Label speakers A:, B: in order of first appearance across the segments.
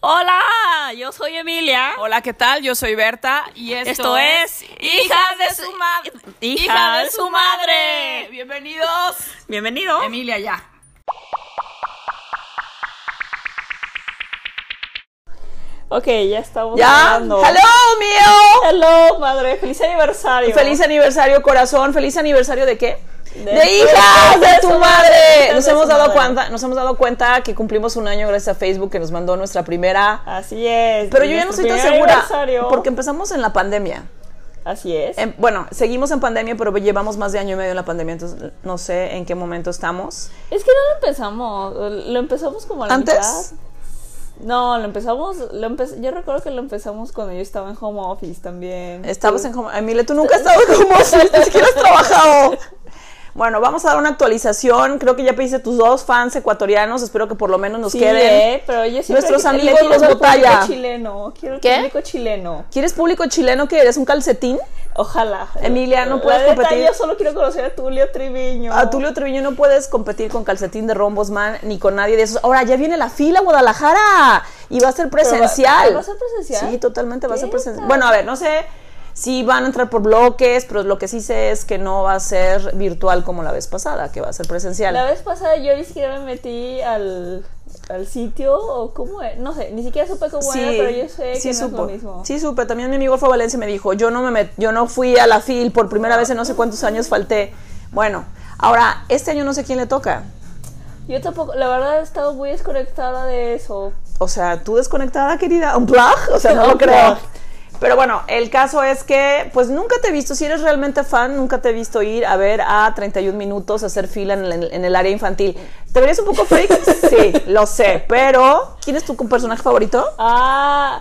A: Hola, yo soy Emilia.
B: Hola, ¿qué tal? Yo soy Berta y
A: Esto
B: esto,
A: es
B: Hijas de su madre.
A: Hija de su madre.
B: Bienvenidos.
A: Bienvenido.
B: Emilia ya.
A: Ok, ya estamos
B: Ya.
A: grabando.
B: Hello, mío.
A: Hello, madre. Feliz aniversario.
B: Feliz aniversario, corazón. Feliz aniversario de qué? De,
A: tu-
B: hijas de tu madre.
A: Hijas
B: Nos
A: de
B: hemos
A: su
B: dado
A: madre.
B: cuenta, nos hemos dado cuenta que cumplimos un año gracias a Facebook que nos mandó nuestra primera.
A: Así es.
B: Pero
A: y
B: yo ya no
A: nuestro
B: estoy tan
A: primer
B: segura
A: aniversario.
B: porque empezamos en la pandemia.
A: Así es.
B: Em, bueno, seguimos en pandemia, pero llevamos más de año y medio en la pandemia, entonces no sé en qué momento estamos.
A: Es que no lo empezamos. Lo empezamos como a la
B: ¿Antes?
A: mitad. No, lo empezamos. Lo empe- yo recuerdo que lo empezamos cuando yo estaba en home office también.
B: Estabas en home Emile, tú nunca has estado en home office, ni siquiera has trabajado. Bueno, vamos a dar una actualización. Creo que ya pediste tus dos fans ecuatorianos. Espero que por lo menos nos
A: Sí,
B: queden.
A: eh, pero yo siempre
B: Nuestros
A: le
B: amigos
A: quiero
B: los
A: al público
B: Botalla.
A: chileno. Quiero
B: ¿Qué?
A: el público chileno.
B: ¿Quieres público chileno que eres un calcetín?
A: Ojalá.
B: Emilia, no
A: La
B: puedes
A: neta,
B: competir.
A: Yo solo quiero conocer a Tulio Triviño.
B: A Tulio Treviño no puedes competir con calcetín de Rombosman ni con nadie de esos. Ahora ya viene la fila a Guadalajara y va a ser presencial.
A: ¿va a ser presencial?
B: Sí, totalmente va a ser
A: ¿Qué
B: presencial.
A: tal?
B: Bueno, a ver, no sé si van a entrar por bloques, pero lo que sí sé es que no va a ser virtual como la vez pasada, que va a ser presencial.
A: La vez pasada yo ni siquiera me metí al, al sitio o cómo es. No sé, ni siquiera supe cómo era, pero yo sé que no es lo mismo.
B: Sí, supe. También mi amigo Alfa Valencia me dijo, yo no me met- yo no fui a la FIL por primera vez en no sé cuántos años falté. Bueno, ahora este año no sé quién le toca.
A: Yo tampoco, la verdad he estado muy desconectada de eso.
B: O sea, tú desconectada, querida, un plug, o sea, no lo creo.
A: Unplugged.
B: Pero bueno, el caso es que, pues nunca te he visto, si eres realmente fan, nunca te he visto ir a ver a 31 minutos a hacer fila en el, en el área infantil. ¿Te verías un poco freak? Sí, lo sé, pero ¿quién es tu personaje favorito?
A: Ah,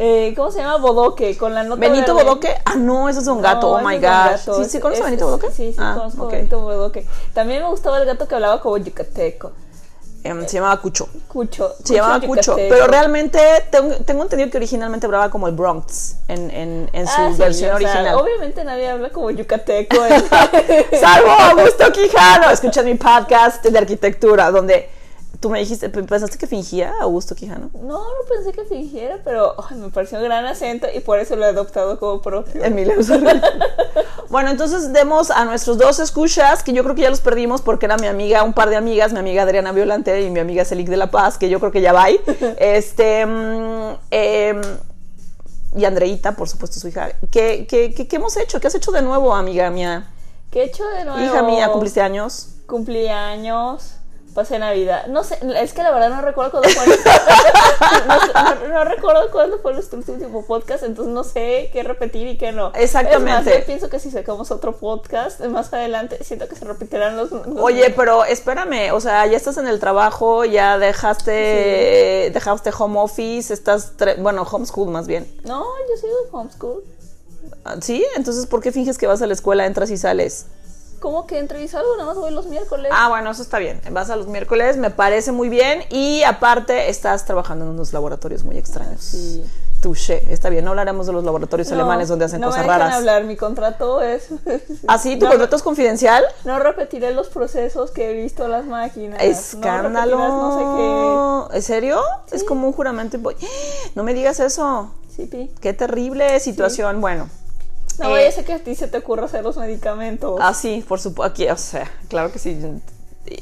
A: eh, ¿cómo se llama? Bodoque, con la nota
B: ¿Benito
A: verde.
B: Bodoque? Ah, no, ese es un
A: No,
B: gato, oh
A: ese
B: my
A: es un gato,
B: god. ¿Sí, sí
A: ese-
B: conoces a
A: ese-
B: Benito Bodoque?
A: Sí, sí,
B: Ah,
A: conozco
B: ok.
A: a Benito Bodoque. También me gustaba el gato que hablaba como yucateco.
B: Em, se llamaba Cucho.
A: Cucho.
B: Se llamaba Cucho,
A: yucateco.
B: pero realmente tengo, tengo entendido que originalmente hablaba como el Bronx en, en- en su
A: Ah, sí,
B: versión
A: o sea,
B: original.
A: obviamente nadie habla como yucateco. en-
B: Salvo Augusto Quijano. Escucha mi podcast de arquitectura, donde tú me dijiste, pensaste que fingía Augusto Quijano.
A: No, no pensé que fingiera, pero ay, me pareció un gran acento y por eso lo he adoptado como propio.
B: Emilio Bueno, entonces demos a nuestros dos escuchas, que yo creo que ya los perdimos porque era mi amiga, un par de amigas, mi amiga Adriana Violante y mi amiga Celic de La Paz, que yo creo que ya va ahí. Este. mm, em, y Andreita, por supuesto, su hija. ¿Qué, qué, qué- qué hemos hecho? ¿Qué has hecho de nuevo, amiga mía?
A: ¿Qué he hecho de nuevo?
B: Hija mía, cumpliste años.
A: Cumplí años, pasé Navidad. No sé, es que la verdad no recuerdo cuándo fue. no, no- no recuerdo cuándo fue nuestro último podcast, entonces no sé qué repetir y qué no.
B: Exactamente.
A: Es más, yo pienso que si sacamos otro podcast más adelante, siento que se repetirán los. los-
B: Oye, pero espérame, o sea, ya estás en el trabajo, ya dejaste, dejaste home office, estás, tre- bueno, homeschool más bien.
A: No, yo sigo en homeschool.
B: Ah, ¿Sí? Entonces, ¿por qué finges que vas a la escuela, entras y sales?
A: ¿Cómo que entrevistado algo? Nada más voy los miércoles.
B: Ah, bueno, eso está bien. Vas a los miércoles, me parece muy bien. Y aparte, estás trabajando en unos laboratorios muy extraños.
A: Sí.
B: Touché, está bien. No hablaremos de los laboratorios
A: No,
B: alemanes donde hacen
A: no
B: cosas
A: me dejan
B: raras.
A: hablar, mi contrato es...
B: ¿Ah, sí? ¿Tu
A: no,
B: contrato es confidencial?
A: No repetiré los procesos que he visto las máquinas. no
B: Escándalo.
A: repetirás No,
B: ¿En serio? Es como un juramento. impo- No me digas eso.
A: sé qué. Sí, pi.
B: Qué terrible situación. Bueno,
A: No
B: Eh. Ah.
A: vaya a ser que a ti se te ocurra hacer los medicamentos.
B: así, por supuesto, aquí, o sea, claro que sí,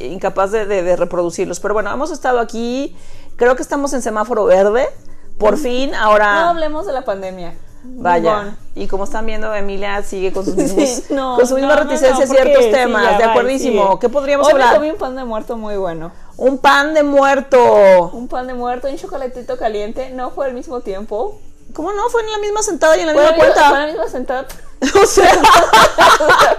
B: incapaz de, de- de reproducirlos. Pero bueno, hemos estado aquí, creo que estamos en semáforo verde, por fin,
A: No
B: ahora,
A: hablemos de la pandemia.
B: vaya. Y como están viendo, Emilia sigue con sus mismos,
A: Sí, no,
B: con su
A: no,
B: misma
A: no,
B: reticencia
A: no,
B: a ciertos
A: porque sí,
B: temas,
A: ya
B: de
A: va,
B: acuerdísimo.
A: sí.
B: ¿Qué podríamos
A: Hoy me
B: hablar?
A: comí un pan de muerto muy bueno.
B: Un pan de muerto.
A: Un pan de muerto y un chocolatito caliente. No fue al mismo tiempo.
B: ¿Cómo no? Fue en la misma sentada y en la
A: Fue
B: misma
A: la misma- fue
B: cuenta.
A: la misma sentada.
B: O sea.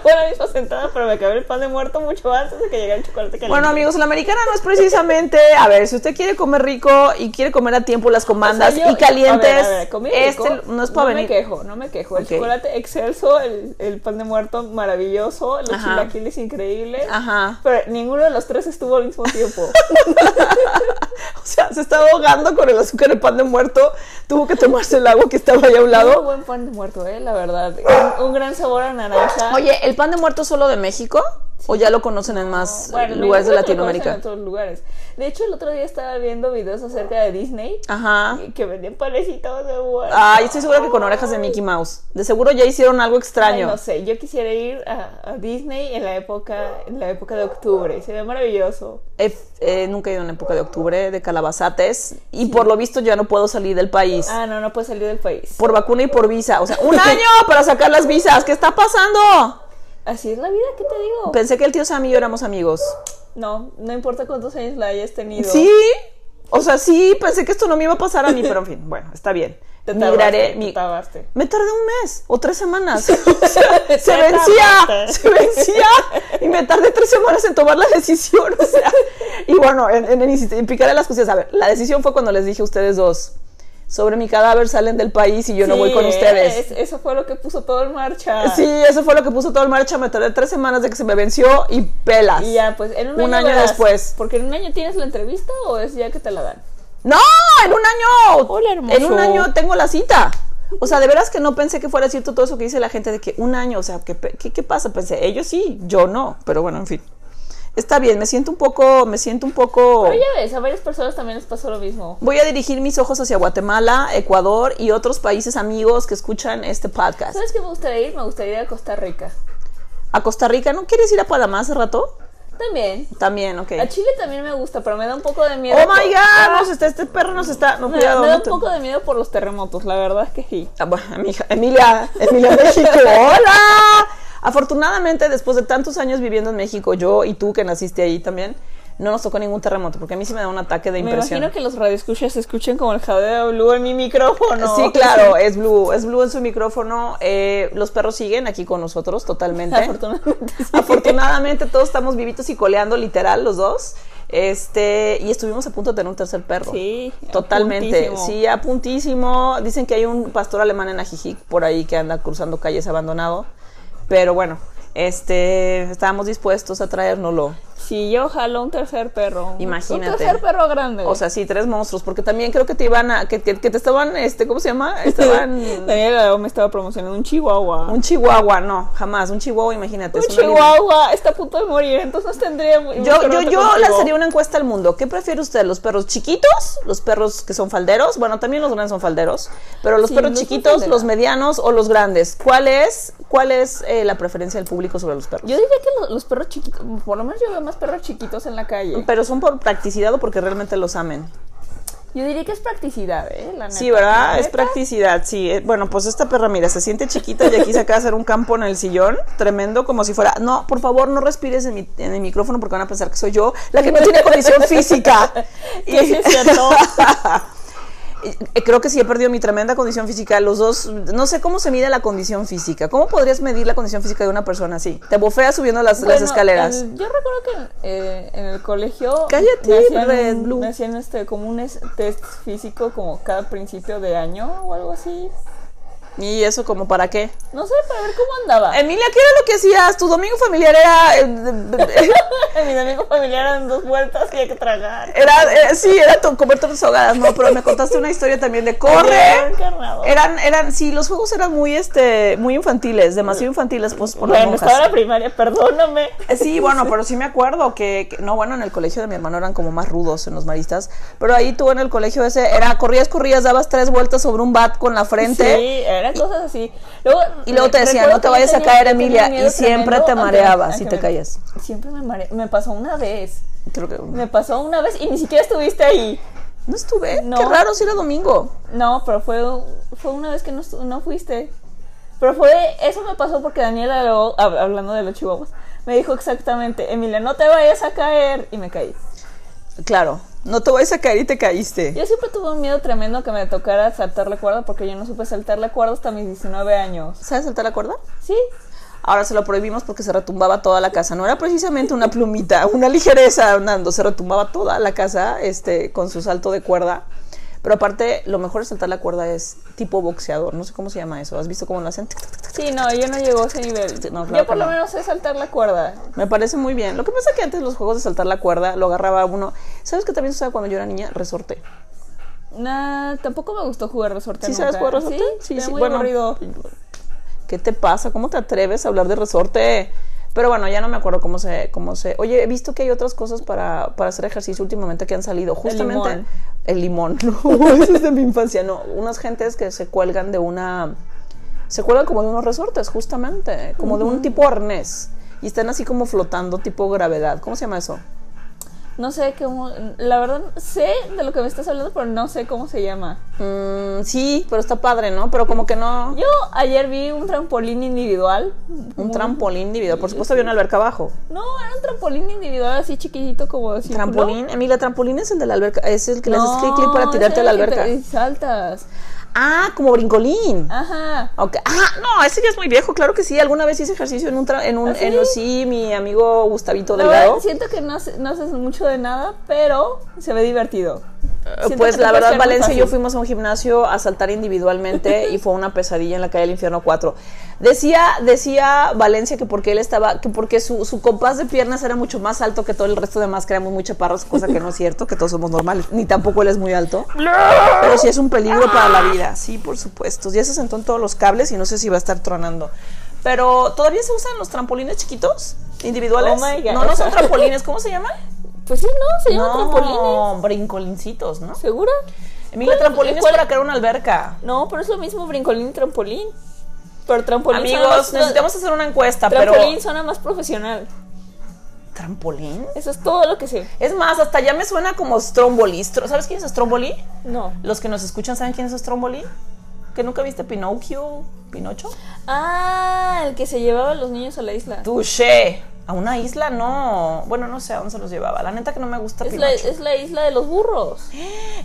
A: fue la misma sentada, pero me acabé el pan de muerto mucho antes de que llegara el chocolate caliente.
B: Bueno, amigos, la americana no es precisamente. A ver, si usted quiere comer rico y quiere comer a tiempo las comandas
A: O sea, yo-
B: y calientes,
A: a ver, a ver, comí rico,
B: este no es para venir.
A: me quejo, no me quejo. El
B: Ok.
A: chocolate excelso, el, el pan de muerto maravilloso, los
B: Ajá.
A: chilaquiles increíbles.
B: Ajá.
A: Pero ninguno de los tres estuvo al mismo tiempo.
B: O sea, se estaba ahogando con el azúcar el pan de muerto. Tuvo que tomarse el agua que estaba ahí a un
A: Muy
B: lado.
A: buen pan de muerto, eh, la verdad. Un, un gran sabor a naranja.
B: Oye, ¿el pan de muerto es solo de México? O ya lo conocen en más
A: No, bueno,
B: lugares de
A: yo creo que lo conocen
B: Latinoamérica.
A: En otros lugares. De hecho, el otro día estaba viendo videos acerca de Disney
B: Ajá.
A: y que vendían panecitos de huevo.
B: Ay, estoy segura que con orejas de Mickey Mouse. De seguro ya hicieron algo
A: Ay,
B: extraño.
A: no sé, yo quisiera ir a, a Disney en la época en la época de octubre, sería maravilloso.
B: He- he nunca he ido en época de octubre de calabazates y por lo visto ya no puedo salir del país.
A: Ah, no, no puedes salir del país.
B: Por vacuna y por visa. O sea, un año para sacar las visas. ¿Qué está pasando?
A: Así es la vida, ¿qué te digo?
B: Pensé que el tío Sam y yo éramos amigos.
A: No, no importa cuántos años la hayas tenido.
B: Sí. O sea, sí, pensé que esto no me iba a pasar a mí, pero en fin, bueno, está bien.
A: te
B: Migraré.
A: tardaste,
B: mi-
A: te tardaste.
B: Me tardé un mes o tres semanas. O
A: Te
B: sea, se vencía,
A: tardaste.
B: se vencía. Y me tardé tres semanas en tomar la decisión. O sea, y bueno, en, en, en- en picarle las cosas. A ver, la decisión fue cuando les dije a ustedes dos. Sobre mi cadáver salen del país y yo no
A: Sí,
B: voy con ustedes.
A: es- eso fue lo que puso todo en marcha.
B: Sí, eso fue lo que puso todo en marcha. Me tardé tres semanas de que se me venció y pelas.
A: Y ya, pues en un,
B: Un año
A: verás,
B: después. Oh.
A: Porque en un año tienes la entrevista o es ya que te la dan.
B: ¡No! ¡En un año!
A: Hola, hermoso.
B: En un año tengo la cita. O sea, de veras que no pensé que fuera cierto todo eso que dice la gente de que un año, o sea, ¿qué, pe- qué, qué pasa? Pensé, ellos sí, yo no, pero bueno, en fin. Está bien, me siento un poco, me siento un poco...
A: Pero ya ves, a varias personas también les pasó lo mismo.
B: Voy a dirigir mis ojos hacia Guatemala, Ecuador y otros países amigos que escuchan este podcast.
A: ¿Sabes qué me gustaría ir? Me gustaría ir a Costa Rica.
B: A Costa Rica, ¿no quieres ir a Panamá hace rato?
A: También.
B: También, ok.
A: A Chile también me gusta, pero me da un poco de miedo.
B: Oh
A: por-
B: my god, nos está, este perro nos está... No,
A: Me,
B: cuidado.
A: me da
B: no
A: un
B: te-
A: poco de miedo por los terremotos, la verdad es que sí.
B: Ah, bueno, mi hija- Emilia, Emilia México, hola. Afortunadamente, después de tantos años viviendo en México, yo y tú que naciste ahí también, no nos tocó ningún terremoto, porque a mí sí me da un ataque de
A: Me
B: impresión.
A: imagino que los radioescuchas escuchen como el jadeo de blue en mi micrófono.
B: Sí, claro, es Blue, es Blue en su micrófono. eh, los perros siguen aquí con nosotros totalmente.
A: Afortunadamente. sí.
B: Afortunadamente todos estamos vivitos y coleando, literal, los dos. Este, y estuvimos a punto de tener un tercer perro.
A: Sí, a
B: Totalmente.
A: puntísimo.
B: Sí, a puntísimo. Dicen que hay un pastor alemán en Ajijic por ahí que anda cruzando calles abandonado. Pero bueno, este, estábamos dispuestos a traérnoslo.
A: Sí, yo jalo un tercer perro.
B: Imagínate.
A: Un tercer perro grande.
B: O sea, sí, tres monstruos, porque también creo que te iban a, que, que- que te estaban, este, ¿cómo se llama? Estaban
A: Daniel Arao me estaba promocionando un chihuahua.
B: un chihuahua, no, jamás, un chihuahua, imagínate.
A: Un
B: es una
A: chihuahua está a punto de morir, entonces tendría. mu- mucho
B: Yo, yo,
A: rato
B: yo
A: contigo.
B: lanzaría una encuesta al mundo. ¿Qué prefiere usted? ¿Los perros chiquitos? ¿Los perros que son falderos? Bueno, también los grandes son falderos. Pero los
A: Sí,
B: perros
A: no son
B: chiquitos,
A: falderos.
B: los medianos o los grandes. ¿Cuál es, cuál es eh, la preferencia del público sobre los perros?
A: Yo diría que lo- los, perros chiquitos, por lo menos yo veo más perros chiquitos en la calle.
B: Pero son por practicidad o porque realmente los amen.
A: Yo diría que es practicidad, ¿eh? La
B: Sí,
A: neta.
B: ¿verdad?
A: La
B: Es
A: neta,
B: practicidad, sí. Eh, Bueno, pues esta perra, mira, se siente chiquita y aquí se acaba de hacer un campo en el sillón, tremendo, como si fuera... No, por favor, no respires en, mi- en el micrófono porque van a pensar que soy yo la que no tiene condición física.
A: Que sí es cierto.
B: Eh, Creo que sí he perdido mi tremenda condición física. Los dos, no sé cómo se mide la condición física. ¿Cómo podrías medir la condición física de una persona así? Te bofeas subiendo las, las
A: bueno,
B: escaleras.
A: el- yo recuerdo que en, eh, en el colegio.
B: Cállate,
A: me hacían,
B: Red Blue.
A: me hacían, este, como un es- test físico, como cada principio de año o algo así.
B: ¿Y eso como para qué?
A: No sé, para ver cómo andaba.
B: Emilia, ¿qué era lo que hacías? Tu domingo familiar era... eh, eh, eh,
A: Mis amigos familiares eran dos vueltas que hay que tragar.
B: Era, eh, sí, era tu, comer tortas ahogadas, no, pero me contaste una historia también de
A: Era
B: corre.
A: un carnaval.
B: Eran, eran, sí, los juegos eran muy, este, muy infantiles, demasiado infantiles, pues, por las
A: Bueno,
B: monjas.
A: estaba en la primaria, perdóname.
B: Eh, Sí, bueno, pero sí me acuerdo que, que- no, bueno, en el colegio de mi hermano eran como más rudos en los maristas, pero ahí tú en el colegio ese era corrías, corrías, dabas tres vueltas sobre un bat con la frente.
A: Sí, eran cosas así. Luego,
B: Y luego te
A: re-
B: decían,
A: recuerdo
B: "No te
A: que yo
B: vayas a
A: tenía-
B: caer,
A: yo tenía
B: Emilia",
A: miedo
B: y siempre
A: tremendo
B: te
A: a que me-
B: mareabas
A: a
B: y
A: que
B: te
A: me-
B: caías.
A: Siempre me mareé. Me pasó una vez.
B: Creo que
A: Me pasó una vez y ni siquiera estuviste ahí.
B: no estuve,
A: No.
B: qué raro si era domingo.
A: No, pero fue, fue una vez que no, estu- no fuiste. Pero fue, eso me pasó porque Daniela, lo- hab- hablando de los chihuahuas, me dijo exactamente, Emilia, no te vayas a caer. Y me caí.
B: Claro, no te vayas a caer y te caíste.
A: Yo siempre tuve un miedo tremendo que me tocara saltar la cuerda porque yo no supe saltar la cuerda hasta mis 19 años.
B: ¿Sabes saltar la cuerda?
A: ¿Sí?
B: Ahora se lo prohibimos porque se retumbaba toda la casa. No era precisamente una plumita, una ligereza andando. Se retumbaba toda la casa este, con su salto de cuerda. Pero aparte, lo mejor de saltar la cuerda es tipo boxeador. No sé cómo se llama eso. ¿Has visto cómo lo hacen? Tic, tic, tic.
A: Sí, no, yo no llegó a ese nivel.
B: No, claro
A: yo por
B: que
A: lo
B: no.
A: menos sé saltar la cuerda.
B: Me parece muy bien. Lo que pasa es que antes los juegos de saltar la cuerda lo agarraba uno. ¿Sabes qué también se usaba cuando yo era niña? Resorte.
A: Nah, tampoco me gustó jugar resorte.
B: ¿Sí
A: nunca.
B: sabes jugar resorte?
A: Sí, sí, sí. Muy bueno,
B: ¿Qué te pasa? ¿Cómo te atreves a hablar de resorte? Pero bueno, ya no me acuerdo cómo se, cómo se. Oye, he visto que hay otras cosas para, para hacer ejercicio últimamente que han salido. Justamente.
A: limón.
B: El limón. No, eso es de mi infancia. No, unas gentes que se cuelgan de una. Se cuelgan como de unos resortes, justamente. Como de un tipo arnés. Y están así como flotando, tipo gravedad. ¿Cómo se llama eso?
A: No sé cómo. La verdad, sé de lo que me estás hablando, pero no sé cómo se llama.
B: Mm, sí, pero está padre, ¿no? Pero como que no.
A: Yo ayer vi un trampolín individual.
B: Un trampolín individual. Por supuesto, había una alberca abajo.
A: No, era un trampolín individual así chiquitito como de círculo.
B: Trampolín. Emilia, trampolín es el de la alberca. Es el que le haces
A: No,
B: clic, clic para
A: ese
B: tirarte a la
A: es el que
B: alberca.
A: te- y saltas.
B: Ah, como brincolín.
A: Ajá.
B: Ok. Ah, no, ese ya es muy viejo, claro que sí. Alguna vez hice ejercicio en un. tra- en un
A: ¿Ah, sí?
B: en- sí, mi amigo Gustavito
A: La
B: Delgado.
A: verdad, siento que no, hace- no haces mucho de nada, pero se ve divertido.
B: Eh,
A: Siento
B: Pues
A: que
B: la
A: te puede
B: verdad,
A: ser muy
B: Valencia y yo
A: fácil.
B: fuimos a un gimnasio a saltar individualmente y fue una pesadilla en la calle del infierno 4. Decía, decía Valencia que porque él estaba, que porque su, su compás de piernas era mucho más alto que todo el resto de más, que éramos muy chaparros, cosa que no es cierto, que todos somos normales, ni tampoco él es muy alto. Pero sí es un peligro para la vida, sí, por supuesto. Ya se sentó en todos los cables y no sé si va a estar tronando. Pero todavía se usan los trampolines chiquitos, individuales.
A: Oh my God.
B: No, no son trampolines, ¿cómo se llaman?
A: Pues sí, no, se llaman trampolines.
B: No, brincolincitos, ¿no?
A: ¿Segura?
B: Emilia, trampolín es
A: ¿Cuál?
B: para crear una alberca.
A: No, pero es lo mismo brincolín y trampolín. Pero trampolín suena
B: Amigos,
A: más-
B: necesitamos hacer una encuesta, pero.
A: Trampolín suena más profesional.
B: ¿Trampolín?
A: Eso es todo lo que sé.
B: Es más, hasta ya me suena como Stromboli. Stro- ¿Sabes quién es Stromboli?
A: No.
B: Los que nos escuchan saben quién es Stromboli. ¿Que nunca viste Pinocchio? ¿Pinocho?
A: Ah, el que se llevaba a los niños a la isla.
B: ¡Touché! A una isla no. Bueno, no sé a dónde se los llevaba. La neta que no me gusta
A: Es
B: Pinocho.
A: la, es la isla de los burros.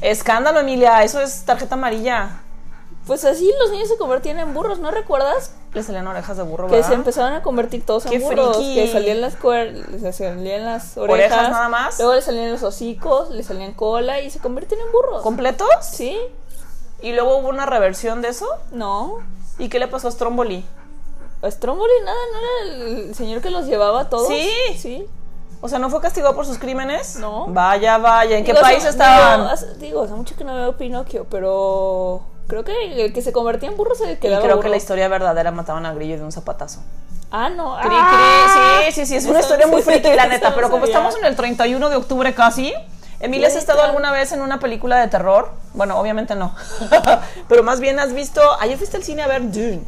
B: Escándalo, Emilia. Eso es tarjeta amarilla.
A: Pues así los niños se convertían en burros, ¿no recuerdas?
B: Le salían orejas de burro,
A: Que
B: ¿verdad?
A: se empezaron a convertir todos
B: ¡Qué
A: en burros.
B: friki!
A: Que salían las cuer- les salían las orejas.
B: Orejas nada más.
A: Luego le salían los hocicos, le salían cola y se convirtieron en burros.
B: ¿Completos?
A: ¿Sí?
B: Y luego hubo una reversión de eso.
A: No.
B: ¿Y qué le pasó a Stromboli?
A: Stromboli nada, no era el señor que los llevaba a todos.
B: Sí.
A: Sí.
B: O sea, ¿no fue castigado por sus crímenes?
A: No.
B: Vaya, vaya. ¿En qué
A: Digo,
B: país
A: hace-
B: estaban?
A: Digo hace, digo, hace mucho que no veo Pinocchio, pero creo que el que se convertía en burro se
B: y
A: quedaba
B: creo que
A: burro.
B: la historia verdadera mataban a Grillo de un zapatazo.
A: Ah, no.
B: Cri, cri.
A: ah.
B: Sí, sí, sí. Es una historia muy friki, la neta.
A: Eso
B: Pero
A: no
B: como
A: sabía.
B: estamos en el 31 de octubre casi, Emilia, ¿has
A: Sí,
B: estado
A: claro.
B: alguna vez en una película de terror? Bueno, obviamente no. pero más bien has visto. Ayer fuiste al cine a ver Dune.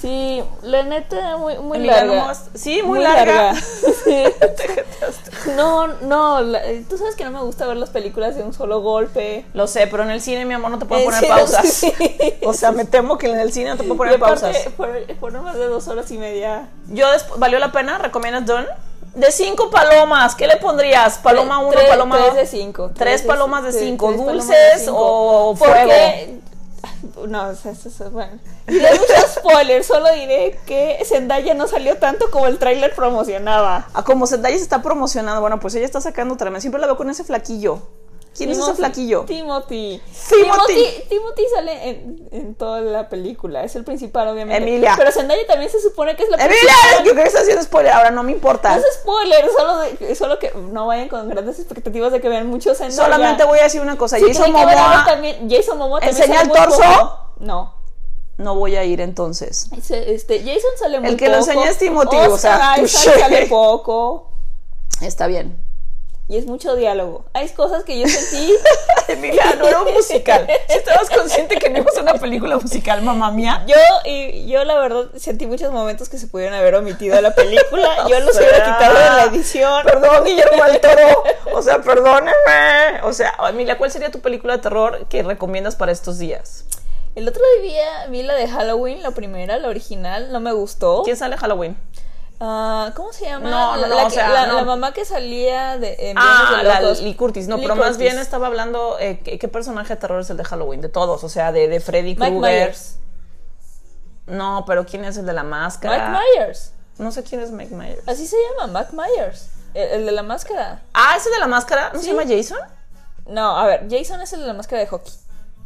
A: Sí, la neta, muy, muy
B: Emilia,
A: larga.
B: no más- Sí, muy, larga.
A: Sí.
B: Te jetaste.
A: No, no, la- tú sabes que no me gusta ver las películas de un solo golpe.
B: Lo sé, pero en el cine, mi amor, no te puedo
A: Eh,
B: poner
A: sí,
B: pausas.
A: sí.
B: O sea, me temo que en el cine no te puedo
A: Y
B: poner
A: aparte,
B: pausas.
A: por, por no más de dos horas y media.
B: Yo desp- ¿Valió la pena? ¿Recomiendas Don? De cinco palomas, ¿qué le pondrías? ¿Paloma
A: Tre-
B: 1,
A: tres-
B: paloma 2?
A: Tres de cinco.
B: Tres palomas de
A: tres-
B: cinco,
A: tres palomas de
B: ¿dulces
A: cinco.
B: o
A: Porque- No, o sea, eso es bueno. Diré muchos spoilers, solo diré que Zendaya no salió tanto como el tráiler promocionaba.
B: Ah, como Zendaya se está promocionando, bueno, pues ella está sacando tremendo. Siempre la veo con ese flaquillo. ¿Quién es ese
A: Timothy-
B: flaquillo?
A: Timothy.
B: Timothy.
A: Timothy, Timothy sale en, en toda la película. Es el principal, obviamente.
B: Emilia.
A: Pero Zendaya también se supone que es la
B: ¡Emilia!
A: principal.
B: Yo creo que está haciendo spoiler, ahora no me
A: No
B: importa.
A: es spoiler, solo, de- solo que no vayan con grandes expectativas de que vean mucho Zendaya.
B: Solamente voy a decir una cosa.
A: Sí,
B: Jason
A: tienen que ver algo
B: Momoa,
A: también. Jason Momoa también
B: ¿Enseña
A: sale
B: el
A: muy
B: torso?
A: poco. No.
B: no voy a ir entonces.
A: Ese- Este, Jason sale muy poco.
B: que lo enseña es Timothy, o sea,
A: Oscar Isaac
B: touché.
A: sale poco.
B: Está bien.
A: Y es mucho diálogo. Hay cosas que yo sentí.
B: Emilia, no era un musical. Si estabas consciente que no ibas a una película musical, mamá mía.
A: Yo, y yo la verdad sentí muchos momentos que se pudieron haber omitido de la película. Yo los
B: O sea,
A: hubiera quitado de la edición.
B: Perdón, Guillermo del Toro. O sea, perdóneme. O sea, Emilia, ¿cuál sería tu película de terror que recomiendas para estos días?
A: El otro día vi la de Halloween, la primera, la original, no me gustó.
B: ¿Quién sale Halloween?
A: Ah, ¿Cómo se llama?
B: No, no, no,
A: la,
B: o
A: que-
B: sea,
A: la-
B: no.
A: la mamá que salía de en
B: Ah,
A: Viernes de
B: la
A: Locos.
B: Lee Curtis. No,
A: Lee
B: pero más
A: Curtis.
B: bien estaba hablando eh, ¿qué, qué personaje de terror es el de Halloween, de todos, o sea, de, de Freddy
A: Mike
B: Krueger.
A: Myers.
B: No, pero ¿quién es el de la
A: Mike
B: máscara?
A: Myers.
B: No sé quién es Mike Myers.
A: Así se llama, Mike Myers. El, el de la máscara.
B: Ah, ese de la máscara, ¿no se llama Jason?
A: No, a ver, Jason es el de la máscara de hockey.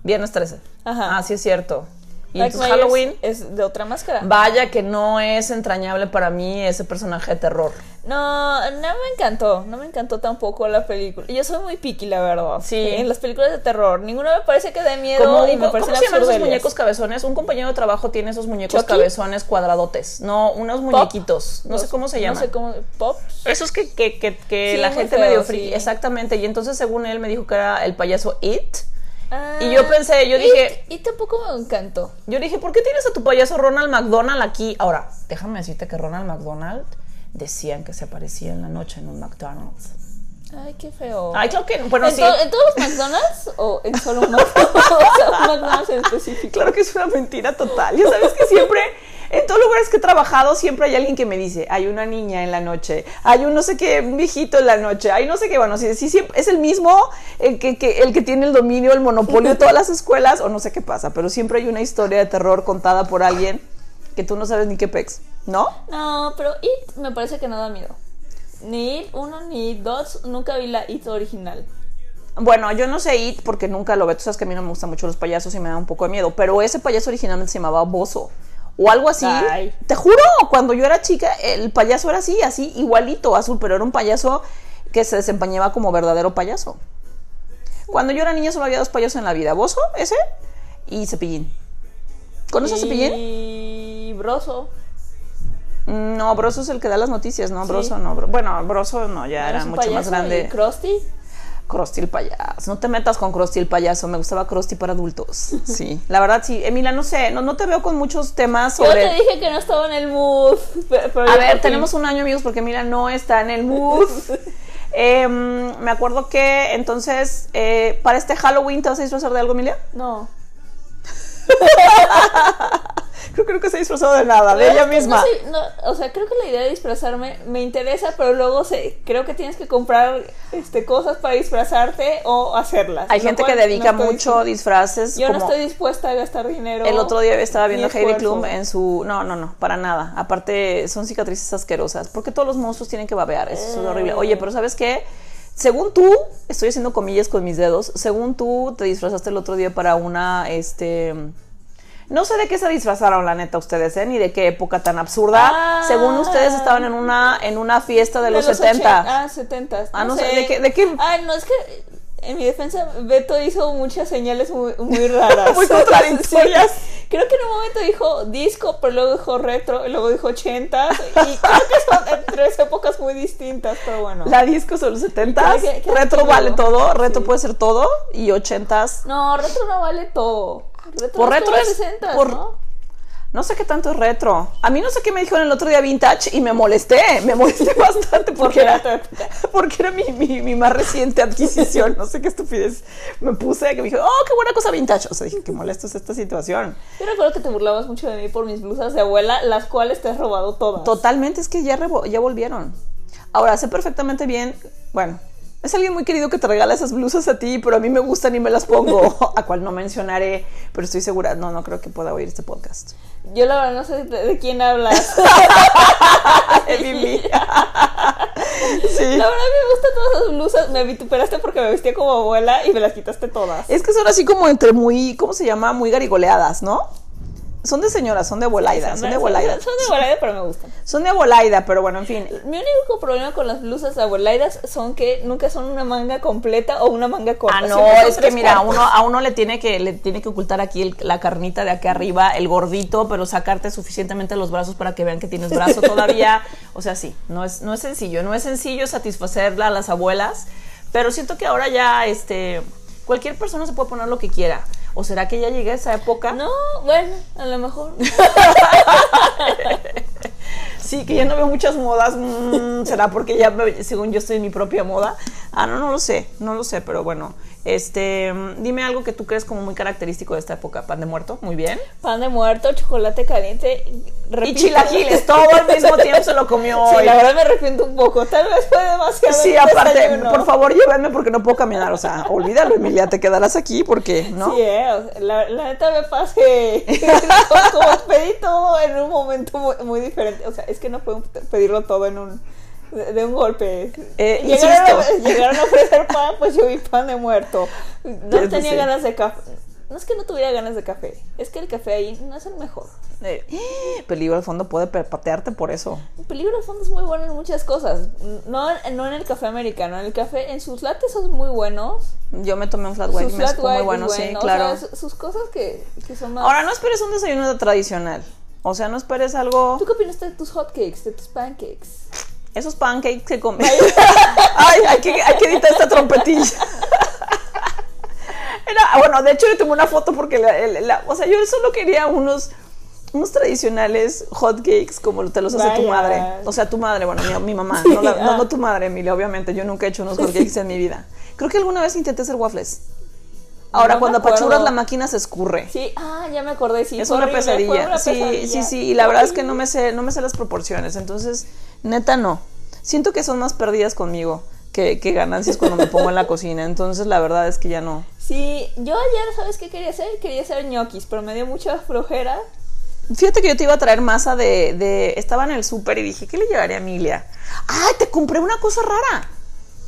B: Viernes 13.
A: Ajá.
B: Ah, sí es cierto. Y
A: Black
B: entonces
A: Myers
B: Halloween,
A: es de otra máscara.
B: vaya que no es entrañable para mí ese personaje de terror.
A: No, no me encantó, no me encantó tampoco la película. Yo soy muy piqui, la verdad.
B: Sí.
A: En las películas de terror, ninguna me parece que dé miedo
B: Como
A: y
B: un-
A: me parecen
B: ¿Cómo se llaman esos
A: absurdas.
B: muñecos cabezones? Un compañero de trabajo tiene esos muñecos
A: ¿Chucky?
B: cabezones cuadradotes. No, unos muñequitos. No sé cómo se llaman.
A: No sé cómo. Pop.
B: Esos que, que, que, que
A: Sí,
B: la
A: muy
B: gente medio
A: feos,
B: friki.
A: sí.
B: Exactamente. Y entonces, según él, me dijo que era el payaso It.
A: Ah,
B: Y yo pensé, yo
A: y-
B: dije-
A: Y tampoco me encantó.
B: Yo dije, ¿por qué tienes a tu payaso Ronald McDonald aquí? Ahora, déjame decirte que Ronald McDonald decían que se aparecía en la noche en un McDonald's.
A: Ay, qué feo.
B: Ay, claro que no. Bueno,
A: ¿En,
B: sí.
A: to- en todos los McDonald's o en solo un McDonald's? o sea, un McDonald's en específico.
B: Claro que es una mentira total. Ya sabes que siempre, en todos los lugares que he trabajado, siempre hay alguien que me dice, hay una niña en la noche, hay un no sé qué viejito en la noche, hay no sé qué, bueno, sí, sí, siempre, es el mismo el que, que- el que tiene el dominio, el monopolio de todas las escuelas, o no sé qué pasa, pero siempre hay una historia de terror contada por alguien que tú no sabes ni qué pex, ¿no?
A: No, pero It me parece que no da miedo. Ni It 1 ni It 2, nunca vi la It original.
B: Bueno, yo no sé It porque nunca lo veo. Tú sabes que a mí no me gustan mucho los payasos y me da un poco de miedo. Pero ese payaso originalmente se llamaba Bozo o algo así.
A: Ay.
B: Te juro, cuando yo era chica, el payaso era así, así, igualito, azul, pero era un payaso que se desempeñaba como verdadero payaso. Cuando yo era niña solo había dos payasos en la vida: Bozo, ese, y Cepillín. ¿Conoces a Cepillín?
A: Y Broso.
B: No, Brozo es el que da las noticias, ¿no?
A: Sí.
B: Brozo no. Bro- Bueno, Brozo no, ya
A: ¿no es
B: era
A: un
B: mucho más
A: payaso?
B: grande.
A: ¿Y Krusty?
B: Krusty el payaso. No te metas con Krusty el payaso. Me gustaba Krusty para adultos. Sí. La verdad, sí. Emila, no sé. No, no te veo con muchos temas
A: Yo te
B: sobre.
A: dije que no estaba en el mood. pero- pero
B: A
A: yo
B: ver,
A: por
B: tenemos un año, amigos, porque Emila no está en el mood. Em, me acuerdo que entonces, eh, para este Halloween, ¿te vas a disfrazar de algo, Emilia?
A: fin- No.
B: Creo, creo que se ha disfrazado de nada, de
A: La
B: ella
A: verdad es que no
B: misma.
A: soy- no, o sea, creo que la idea de disfrazarme me interesa, pero luego sé, creo que tienes que comprar este, cosas para disfrazarte o hacerlas.
B: Hay
A: Lo
B: gente que
A: cual
B: dedica
A: no estoy
B: mucho disfraces.
A: Yo no
B: como-
A: estoy dispuesta a gastar dinero.
B: El otro día estaba viendo a
A: ni
B: Heidi
A: esfuerzo.
B: Klum en su. No, no, no, para nada. Aparte, son cicatrices asquerosas. Porque todos los monstruos tienen que babear. Eso es
A: Eh.
B: horrible. Oye, pero ¿sabes qué? Según tú, estoy haciendo comillas con mis dedos. Según tú, te disfrazaste el otro día para una. Este. No sé de qué se disfrazaron, la neta, ustedes, ¿eh? Ni de qué época tan absurda.
A: Ah.
B: Según ustedes, estaban en una, en una fiesta de, los, 70.
A: 80. Ah, 70.
B: Ah, no sé, ¿de qué- de qué?
A: Ah, no, es que en mi defensa Beto hizo muchas señales muy, muy raras.
B: Muy contradictorias.
A: Ah, Sí. Creo que en un momento dijo disco, pero luego dijo retro, y luego dijo 80. Y creo que son eh, tres épocas muy distintas, pero bueno.
B: La disco son los 70.
A: ¿Qué- qué- qué
B: Retro
A: antiguo?
B: vale todo. Retro
A: Sí.
B: puede ser todo. Y 80s.
A: No, retro no vale todo. Retro
B: Por
A: es
B: retro
A: como
B: es-
A: 60,
B: por-
A: ¿no?
B: No sé qué tanto es retro. A mí no sé qué me dijeron el otro día vintage y me molesté. Me molesté bastante porque era, porque era mi, mi- mi más reciente adquisición. No sé qué estupidez me puse. Que me dije, oh, qué buena cosa vintage. O sea, dije, qué molesto es esta situación.
A: Yo recuerdo que te burlabas mucho de mí por mis blusas de abuela, las cuales te has robado todas.
B: Totalmente, es que ya, revo- ya volvieron. Ahora, sé perfectamente bien. Bueno, es alguien muy querido que te regala esas blusas a ti, pero a mí me gustan y me las pongo. a cual no mencionaré, pero estoy segura. No, no creo que pueda oír este podcast.
A: Yo la verdad no sé de, de quién hablas.
B: De Lili. sí.
A: La verdad me gustan todas esas blusas. Me vituperaste porque me vestía como abuela y me las quitaste todas.
B: Es que son así como entre muy, ¿cómo se llama? Muy garigoleadas, ¿no? Son de señoras, son de abuelaida, son de abuelaida.
A: Son de abuelaida, pero me gustan.
B: Son de abuelaida, pero bueno, en fin.
A: Mi único problema con las blusas abuelaidas son que nunca son una manga completa o una manga corta.
B: Ah, no,
A: Siempre son
B: es que
A: tres
B: mira, a
A: cuartos.
B: uno, a uno le tiene que, le tiene que ocultar aquí el- la carnita de acá arriba, el gordito, pero sacarte suficientemente los brazos para que vean que tienes brazo todavía. O sea, sí, no es, no es sencillo, no es sencillo satisfacerla a las abuelas, pero siento que ahora ya, este, cualquier persona se puede poner lo que quiera. ¿O será que ya llegué a esa época?
A: No, bueno, a lo mejor.
B: Sí, que ya no veo muchas modas. Mm, ¿Será porque ya, me- según yo, estoy en mi propia moda? Ah, no, no lo sé, no lo sé, pero bueno. Este, mm, dime algo que tú crees como muy característico de esta época. Pan de muerto, muy bien.
A: Pan de muerto, chocolate caliente.
B: Y
A: repito.
B: chilaquiles, todo al mismo tiempo se lo comió
A: Sí,
B: hoy.
A: la verdad me arrepiento un poco. Tal vez fue demasiado.
B: Sí,
A: el
B: aparte,
A: desayuno.
B: por favor, llévenme porque no puedo caminar. O sea, olvídalo, Emilia, te quedarás aquí porque, ¿no?
A: Sí, eh, o sea, la, la neta me pasé. como, como pedí todo en un momento muy, muy diferente. O sea, es que no puedo pedirlo todo en un. De, de un golpe.
B: Eh,
A: llegaron, a,
B: insisto.
A: llegaron a ofrecer pan, pues yo vi pan de muerto. No
B: Ya lo
A: tenía
B: sé.
A: ganas de café. No es que no tuviera ganas de café, es que el café ahí no es el mejor.
B: Eh, peligro al fondo puede pe- patearte por eso.
A: El peligro de fondo es muy bueno en muchas cosas. No, no en el café americano, en el café, en sus lates son muy buenos.
B: Yo me tomé un flat white
A: sus
B: y me
A: flat
B: supo muy
A: white es
B: bueno, sí,
A: bueno, o
B: claro.
A: sea, su- sus cosas que, que son más.
B: Ahora, no esperes un desayuno tradicional. O sea, no esperes algo.
A: ¿Tú qué opinaste de tus hotcakes, de tus pancakes?
B: Esos pancakes que comí. Ay, hay que, hay que editar esta trompetilla. Era- bueno, de hecho, le tomé una foto porque, la- el- la- o sea, yo solo quería unos, unos tradicionales hotcakes como te los hace
A: Vaya. Ah.
B: tu madre. O sea, tu madre, bueno, mi, mi mamá. No, la- no, no tu madre, Emilia, obviamente. Yo nunca he hecho unos hotcakes en mi vida. Creo que alguna vez intenté hacer waffles.
A: No
B: Ahora,
A: me
B: cuando
A: acuerdo.
B: apachuras la máquina se escurre.
A: Sí, ah, ya me acordé, sí.
B: Es
A: fue
B: una
A: horrible, fue
B: pesadilla.
A: una
B: sí,
A: pesadilla.
B: sí, sí. Y la verdad es que no me sé, no me sé las proporciones. Entonces, neta, no. Siento que son más pérdidas conmigo que, que ganancias cuando me pongo en la cocina. Entonces, la verdad es que ya no.
A: Sí, yo ayer, ¿sabes qué quería hacer? Quería hacer ñoquis, pero me dio mucha flojera.
B: Fíjate que yo te iba a traer masa de. de- estaba en el súper y dije, ¿qué le llevaré a Emilia? ¡Ah! Te compré una cosa rara.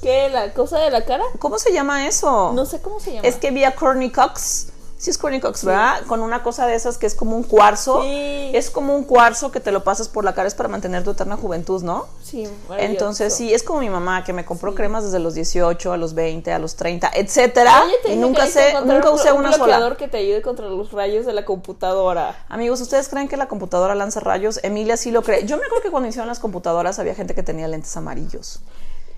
A: ¿Qué? ¿La cosa de la cara?
B: ¿Cómo se llama eso?
A: No sé cómo se llama.
B: Es que vi a Courtney Cox. Sí, es Courtney Cox, ¿verdad? Con una cosa de esas que es como un cuarzo.
A: Sí.
B: Es como un cuarzo que te lo pasas por la cara, es para mantener tu eterna juventud, ¿no?
A: Sí, maravilloso.
B: Entonces, sí, es como mi mamá que me compró cremas desde los 18, a los 20, a los 30, etcétera.
A: Oye, te
B: Y
A: dije que
B: nunca
A: hay que
B: sé,
A: encontrar
B: nunca
A: un-
B: usé
A: un
B: una sola.
A: bloqueador que te ayude contra los rayos de la computadora.
B: Amigos, ¿ustedes creen que la computadora lanza rayos? Emilia sí lo cree. Yo me acuerdo que cuando hicieron las computadoras había gente que tenía lentes amarillos.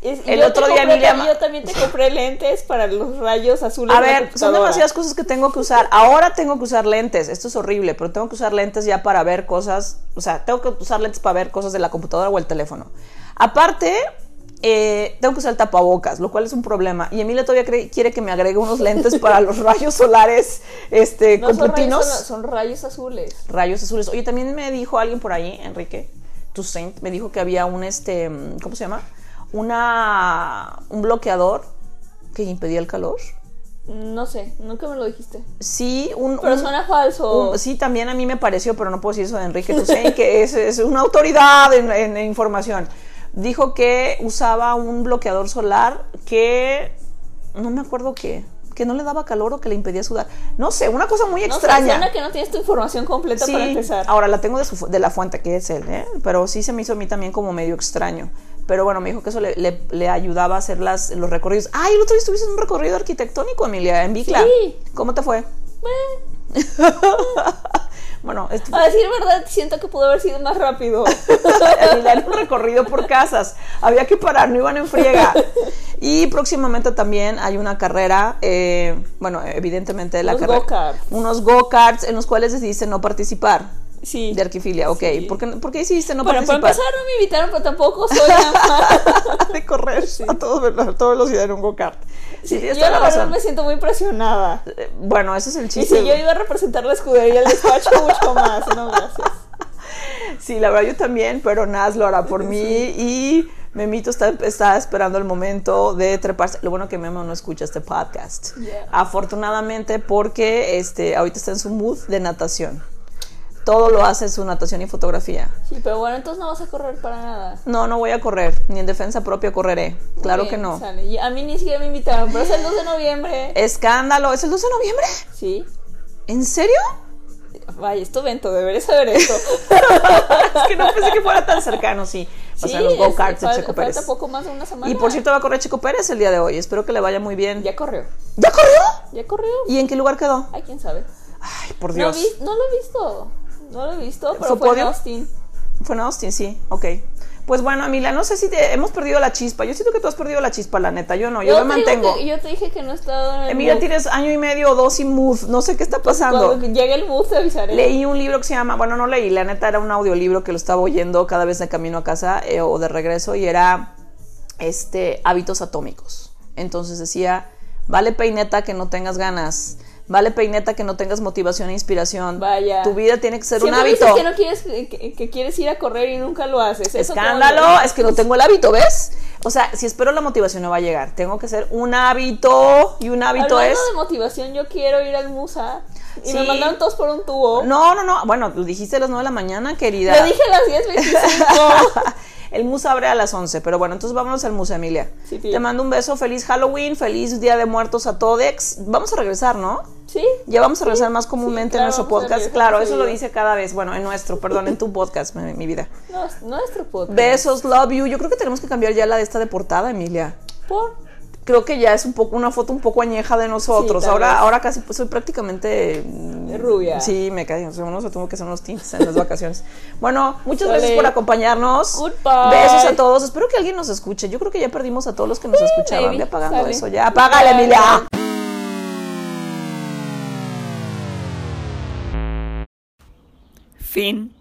A: Es-
B: El
A: yo
B: otro
A: te
B: día
A: compré
B: Emilia
A: tam-
B: ma-
A: Yo también te compré lentes para los rayos azules.
B: A
A: de la
B: ver, son
A: computadora.
B: demasiadas cosas que tengo que usar. Ahora tengo que usar lentes. Esto es horrible, pero tengo que usar lentes ya para ver cosas. O sea, tengo que usar lentes para ver cosas de la computadora o el teléfono. Aparte, eh, tengo que usar el tapabocas, lo cual es un problema. Y Emilia todavía cree- quiere que me agregue unos lentes para los rayos solares este,
A: No son
B: computinos.
A: rayos, son, son rayos azules.
B: Rayos azules. Oye, también me dijo alguien por ahí, Enrique Toussaint, me dijo que había un este, mm, ¿cómo se llama? Una un bloqueador que impedía el calor.
A: No sé, nunca me lo dijiste.
B: Sí, un,
A: Pero
B: un-
A: suena falso.
B: un- sí, también a mí me pareció, pero no puedo decir eso de Enrique Toussaint, que es, es una autoridad en, en- en información. Dijo que usaba un bloqueador solar que no me acuerdo qué, que no le daba calor o que le impedía sudar. No sé, una cosa muy
A: No sé,
B: extraña.
A: suena que no tienes tu información completa
B: Sí,
A: para empezar.
B: ahora la tengo de, su fu- de la fuente, que es él, ¿eh? pero sí se me hizo a mí también como medio extraño. Pero bueno, me dijo que eso le, le- le ayudaba a hacer las, los recorridos. ¡Ay, el otro día estuviste en un recorrido arquitectónico, Emilia, en Bicla!
A: Sí.
B: ¿Cómo te fue? bueno, esto
A: A decir verdad, siento que pudo haber sido más rápido.
B: Emilia era un recorrido por casas. Había que parar, no iban en friega. Y próximamente también hay una carrera, eh, bueno, evidentemente la
A: Unos
B: carrera.
A: go-karts.
B: Unos go-karts en los cuales decidiste no participar.
A: Sí.
B: De arquifilia, ok.
A: Sí.
B: ¿Por, qué, por qué decidiste no
A: bueno, para
B: participar?
A: empezar no me invitaron, pero tampoco soy la más.
B: de correr a, todo, velo- a toda velocidad en un go-kart. Sí,
A: Yo
B: tienes toda
A: la
B: la
A: verdad
B: razón.
A: me siento muy presionada.
B: Eh, Bueno, ese es el
A: Y si
B: chiste.
A: yo
B: güey.
A: iba a representar la escudería al despacho mucho más, no gracias.
B: Sí, la verdad yo también, pero Naz lo hará por mí y Memito está, está esperando el momento de treparse. Lo bueno que Memo no escucha este podcast.
A: Yeah.
B: Afortunadamente porque este, ahorita está en su mood de natación. Todo lo hace en su natación y fotografía.
A: Sí, pero bueno, entonces no vas a correr para nada.
B: No, no voy a correr, ni en defensa propia correré. Claro
A: Bien,
B: que no. Eh.
A: sale. Y a mí ni siquiera me invitaron, pero es el 2 de noviembre.
B: Escándalo, ¿es el 12 de noviembre?
A: Sí.
B: ¿En serio?
A: Vaya, es tu evento, deberías saber esto.
B: Es que no pensé que fuera tan cercano, sí.
A: sí,
B: Pasan los
A: es-
B: go-karts de
A: fal-
B: Checo Pérez.
A: Falta poco más de una semana.
B: Y por cierto, va a correr Checo Pérez el día de hoy. Espero que le vaya muy bien.
A: Ya corrió.
B: ¿Ya corrió?
A: Ya corrió.
B: ¿Y en qué lugar quedó?
A: Ay, quién sabe.
B: Ay, por
A: No,
B: Dios.
A: vi- no lo he visto. No lo he visto, pero
B: ¿Fue
A: fue en
B: podio?
A: Austin.
B: Fue en Austin, sí. Ok. Pues bueno, Emilia, no sé si te- hemos perdido la chispa. Yo siento que tú has perdido la chispa, la neta. Yo no, yo, me
A: te digo
B: mantengo.
A: que- yo te dije que Pues, no estaba en el
B: Emilia,
A: mood.
B: tienes año y medio o dos sin move. No sé qué está pasando.
A: Cuando llegue el bus te avisaré.
B: Leí un libro que se llama, bueno, no leí, la neta era un audiolibro que lo estaba oyendo cada vez de camino a casa eh, o de regreso y era este hábitos atómicos. Entonces decía, vale peineta que no tengas ganas, vale peineta que no tengas motivación e inspiración.
A: Vaya.
B: Tu vida tiene que ser
A: Siempre
B: un hábito.
A: dices que no quieres que, que quieres ir a correr y nunca lo haces. Eso te
B: Escándalo,
A: vale.
B: es que no tengo el hábito, ¿ves? O sea, si espero la motivación no va a llegar. Tengo que ser un hábito y un hábito
A: Hablando
B: es
A: de motivación, yo quiero ir al Musa y me
B: Sí.
A: mandaron todos por un tubo.
B: No, no, no. Bueno, tú dijiste a las 9 de la mañana, querida.
A: Lo dije a las 10.25.
B: El MUSA abre a las 11, pero bueno, entonces vámonos al MUSA, Emilia.
A: Sí, tío.
B: Te mando un beso, feliz Halloween, feliz Día de Muertos a Todex. Vamos a regresar, ¿no?
A: Sí.
B: Ya vamos a regresar más comúnmente
A: claro,
B: en nuestro
A: vamos a
B: podcast.
A: regresar
B: Claro,
A: más
B: eso lo
A: seguido.
B: dice cada vez. Bueno, en nuestro, perdón, en tu podcast, mi, mi vida.
A: No, es nuestro podcast.
B: Besos, love you. Yo creo que tenemos que cambiar ya la de esta de portada, Emilia.
A: Por.
B: Creo que ya es un poco una foto un poco añeja de nosotros.
A: tal
B: ahora,
A: vez.
B: ahora casi pues, soy prácticamente mm,
A: Rubia.
B: Sí, me caí. O sea, uno se tuvo que hacer unos tintes en las vacaciones. Bueno, muchas
A: Sale.
B: gracias por acompañarnos.
A: Goodbye.
B: Besos a todos. Espero que alguien nos escuche. Yo creo que ya perdimos a todos los que nos escuchaban.
A: maybe.
B: Ve apagando
A: Sale.
B: eso ya. Apágale,
A: Ya,
B: Emilia.
A: ya.
B: Fin.